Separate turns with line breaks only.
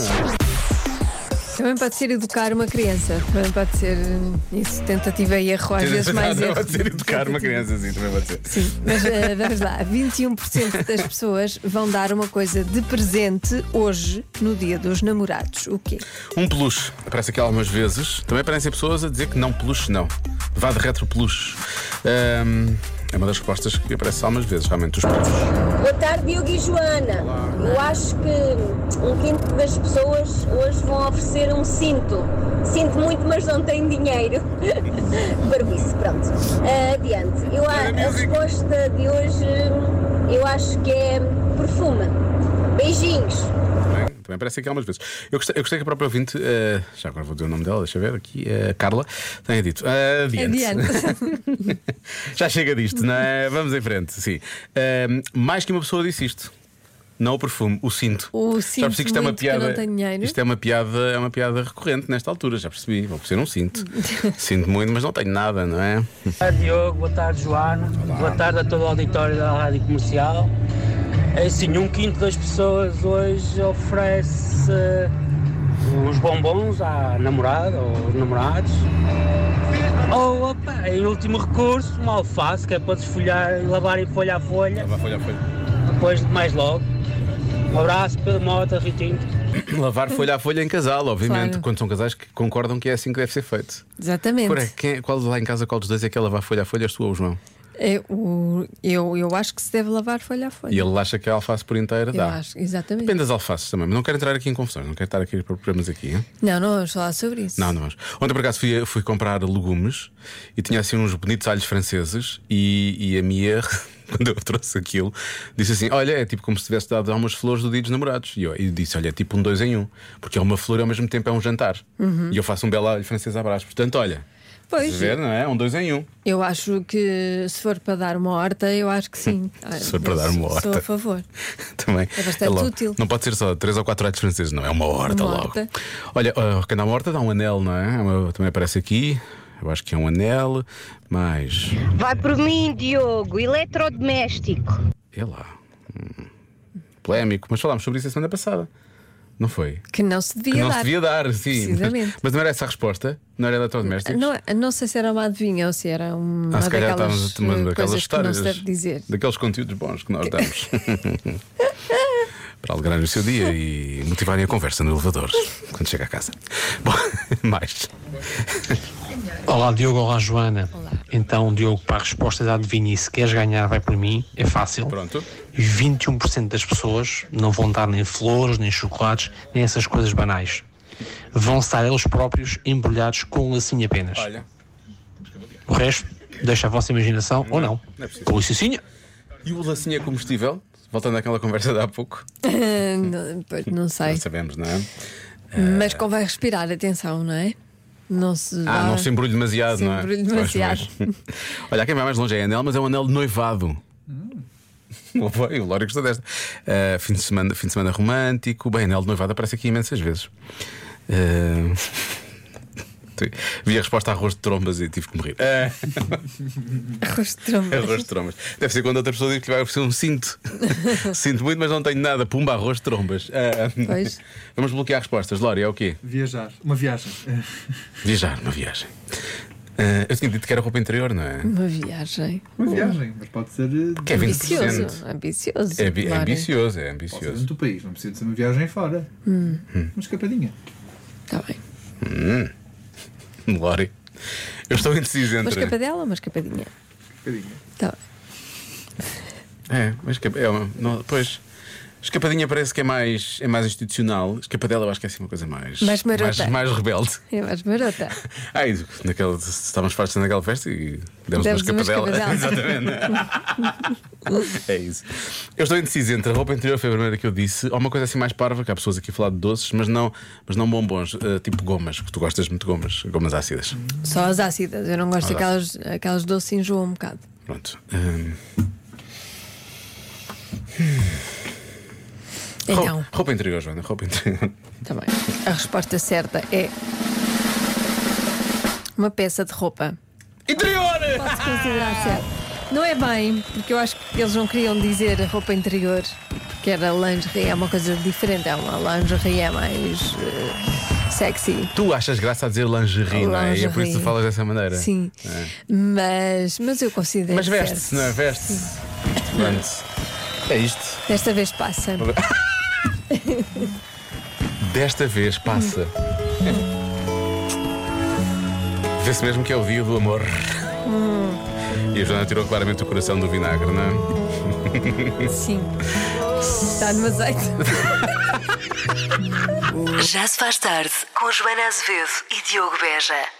Não.
Também pode ser educar uma criança, também pode ser hum, isso, tentativa e erro, às vezes mais
Não,
erro.
pode ser educar uma criança assim, também pode ser.
Sim, mas eh, vamos lá, 21% das pessoas vão dar uma coisa de presente hoje, no dia dos namorados. O quê?
Um peluche, aparece aqui algumas vezes. Também aparecem pessoas a dizer que não, peluche não. Vá de retro peluche. Ahm, é uma das respostas que aparece algumas vezes, realmente, os peluches.
Boa tarde, Diogo e Joana. Eu acho que um quinto das pessoas hoje vão oferecer um cinto. Sinto muito, mas não tenho dinheiro. Barbice, pronto. Ah, adiante. Eu, a, a resposta de hoje eu acho que é perfume. Beijinhos.
Também, também aparece aqui algumas vezes. Eu gostei, eu gostei que a própria ouvinte, ah, já agora vou dizer o nome dela, deixa eu ver aqui, a Carla, tenha dito. ah,
Adiante.
Já chega disto, não é? Vamos em frente, sim. Ahm, mais que uma pessoa disse isto. Não o perfume, o cinto.
O
já
cinto
percebi que isto é uma
muito que eu
piada.
não tenho dinheiro.
Isto é uma piada, é uma piada recorrente nesta altura, já percebi. Vou ser um cinto. Sinto muito, mas não tenho nada, não é?
Boa tarde, Diogo. Boa tarde, Joana. Boa tarde a todo o auditório da Rádio Comercial. É assim, um quinto das pessoas hoje oferece eh, os bombons à namorada ou aos namorados. Ou, opa, em último recurso, uma alface, que é para desfolhar, lavar e folha a folha,
Lavar É, folha a folha.
depois mais logo. Um abraço, Pedro Mota, Ritinto.
Lavar folha a folha em casal, obviamente.
Claro.
Quando são casais que concordam que é assim que deve ser feito.
Exatamente.
Porém, quem, qual de lá em casa, qual dos dois é que é lavar folha a folha? És tu ou o João?
É o- eu, eu acho que se deve lavar folha a folha.
E ele acha que a alface por inteira
eu
dá.
acho, exatamente.
Depende das alfaces também, mas não quero entrar aqui em confusões, não quero estar aqui para problemas aqui. Hein?
Não, não vamos falar sobre isso.
Não, não vamos. Ontem por acaso fui, fui comprar legumes e tinha assim uns bonitos alhos franceses e, e a Mia, quando eu trouxe aquilo, disse assim: Olha, é tipo como se tivesse dado algumas flores do dia dos namorados. E eu e disse: Olha, é tipo um dois em um, porque é uma flor e ao mesmo tempo é um jantar.
Uhum.
E eu faço um belo alho francês à brás. Portanto, olha,
Pois,
estás a ver, não é? É Um dois em um.
eu acho que se for para dar uma horta, eu acho que sim.
Se for para dar uma
Sou
horta.
a favor.
Também.
É bastante
logo.
útil.
Não pode ser só três ou quatro alhos franceses, não. É uma horta
Uma
logo.
horta.
Olha, ah, quem dá uma horta dá um anel, não é? É uma- Também aparece aqui. Eu acho que é um anel, mas.
Vai por mim, Diogo, eletrodoméstico.
É lá. Hum. Polémico, mas falámos sobre isso a semana passada. Não foi?
Que não se devia
que não
é dar.
se devia dar, sim. Mas,
Precisamente.
mas não era essa a resposta? Não era eletrodomésticos?
Não, não sei se era uma adivinha ou se era uma
Ah, se calhar
daquelas,
estávamos a tomar
eh,
daquelas
coisas que não
histórias.
se deve dizer.
Daqueles conteúdos bons que nós damos. Para alegrar o seu dia e motivarem a conversa no elevador quando chega a casa. Bom, mais.
Olá Diogo, olá Joana. Então, Diogo, para a resposta da adivinha, se queres ganhar, vai por mim, é fácil.
Pronto.
21% das pessoas não vão dar nem flores, nem chocolates, nem essas coisas banais. Vão estar eles próprios embrulhados com um lacinho apenas.
Olha.
O resto, deixa a vossa imaginação ou não.
não é preciso.
com licencinha.
E o lacinho é combustível? Voltando àquela conversa de há pouco.
Ah, não, pois, não sei.
Não sabemos, não é?
Mas convém respirar, atenção, não é? Não se.
Ah,
vá-
não se embrulhe demasiado,
Se
não é?
embrulhe
Pois,
demasiado.
pois. Olha, quem vai mais longe é anel, mas é um anel de noivado.
Hum.
O apoio, o Lório gostou desta. Ah, fim, de semana, fim de semana romântico. Bem, anel de noivado aparece aqui imensas vezes. Ah, Vi a resposta a arroz de trombas e tive que morrer. Ah,
Arroz de tromba.
arroz de trombas. Deve ser quando outra pessoa diz que lhe vai oferecer um cinto. Sinto muito, mas não tenho nada. Pumba, arroz de trombas. Ah,
Pois.
Vamos bloquear respostas. Lório, é o quê?
Viajar. Uma viagem.
Viajar, uma viagem. Ah, eu tinha dito que era roupa interior, não é?
Uma viagem. Um
Uma viagem, mas pode ser eh,
Que é 20%.
Ambicioso. Ambicioso.
É, ambi- é
claro.
ambicioso, é
pode ser dentro
ambicioso.
do país, não precisa de ser uma viagem fora. Uma escapadinha.
Está Tá bem.
Lori. Eu estou indeciso
Uma
entre.
escapadela ou uma escapadinha?
Escapadinha.
Tá bem.
É, mas escapa... é uma... não, pois. Escapadinha parece que é mais, é mais institucional. Escapadela eu acho que é assim uma coisa mais.
Mais marota.
mais, mais rebelde.
É mais barata.
Ah, isso, naquela, estávamos fartos naquela festa e demos,
Demos
uma
uma
escapadela.
escapadela.
Exatamente. é isso. Eu estou indeciso entre a roupa interior, foi a primeira que eu disse, ou uma coisa assim mais parva, que há pessoas aqui a falar de doces, mas não, mas não bombons, eh, tipo gomas, porque tu gostas muito de gomas, gomas ácidas.
Só as ácidas. Eu não gosto
Ah,
daquelas aquelas doces enjoam um bocado.
Pronto. Hum.
Então,
Roupa, roupa interior, Joana, roupa interior.
está Tá bem. A resposta certa é. Uma peça de roupa.
Interior!
Pode-se considerar certo. Não é bem, porque eu acho que eles não queriam dizer a roupa interior, que era lingerie, é uma coisa diferente, é uma lingerie mais eh, sexy.
Tu achas graça a dizer lingerie, não é? E é por isso que
Lingerie.
tu falas dessa maneira.
Sim, mas, mas eu considero.
É. Mas veste-se,
certo.
não é? Veste-se. Veste-se. É isto.
Desta vez passa.
Desta vez passa. Vê-se mesmo que é o dia do amor.
Hum.
E a Joana tirou claramente o coração do vinagre, não é?
Sim. Está no azeite.
Já se faz tarde com Joana Azevedo e Diogo Beja.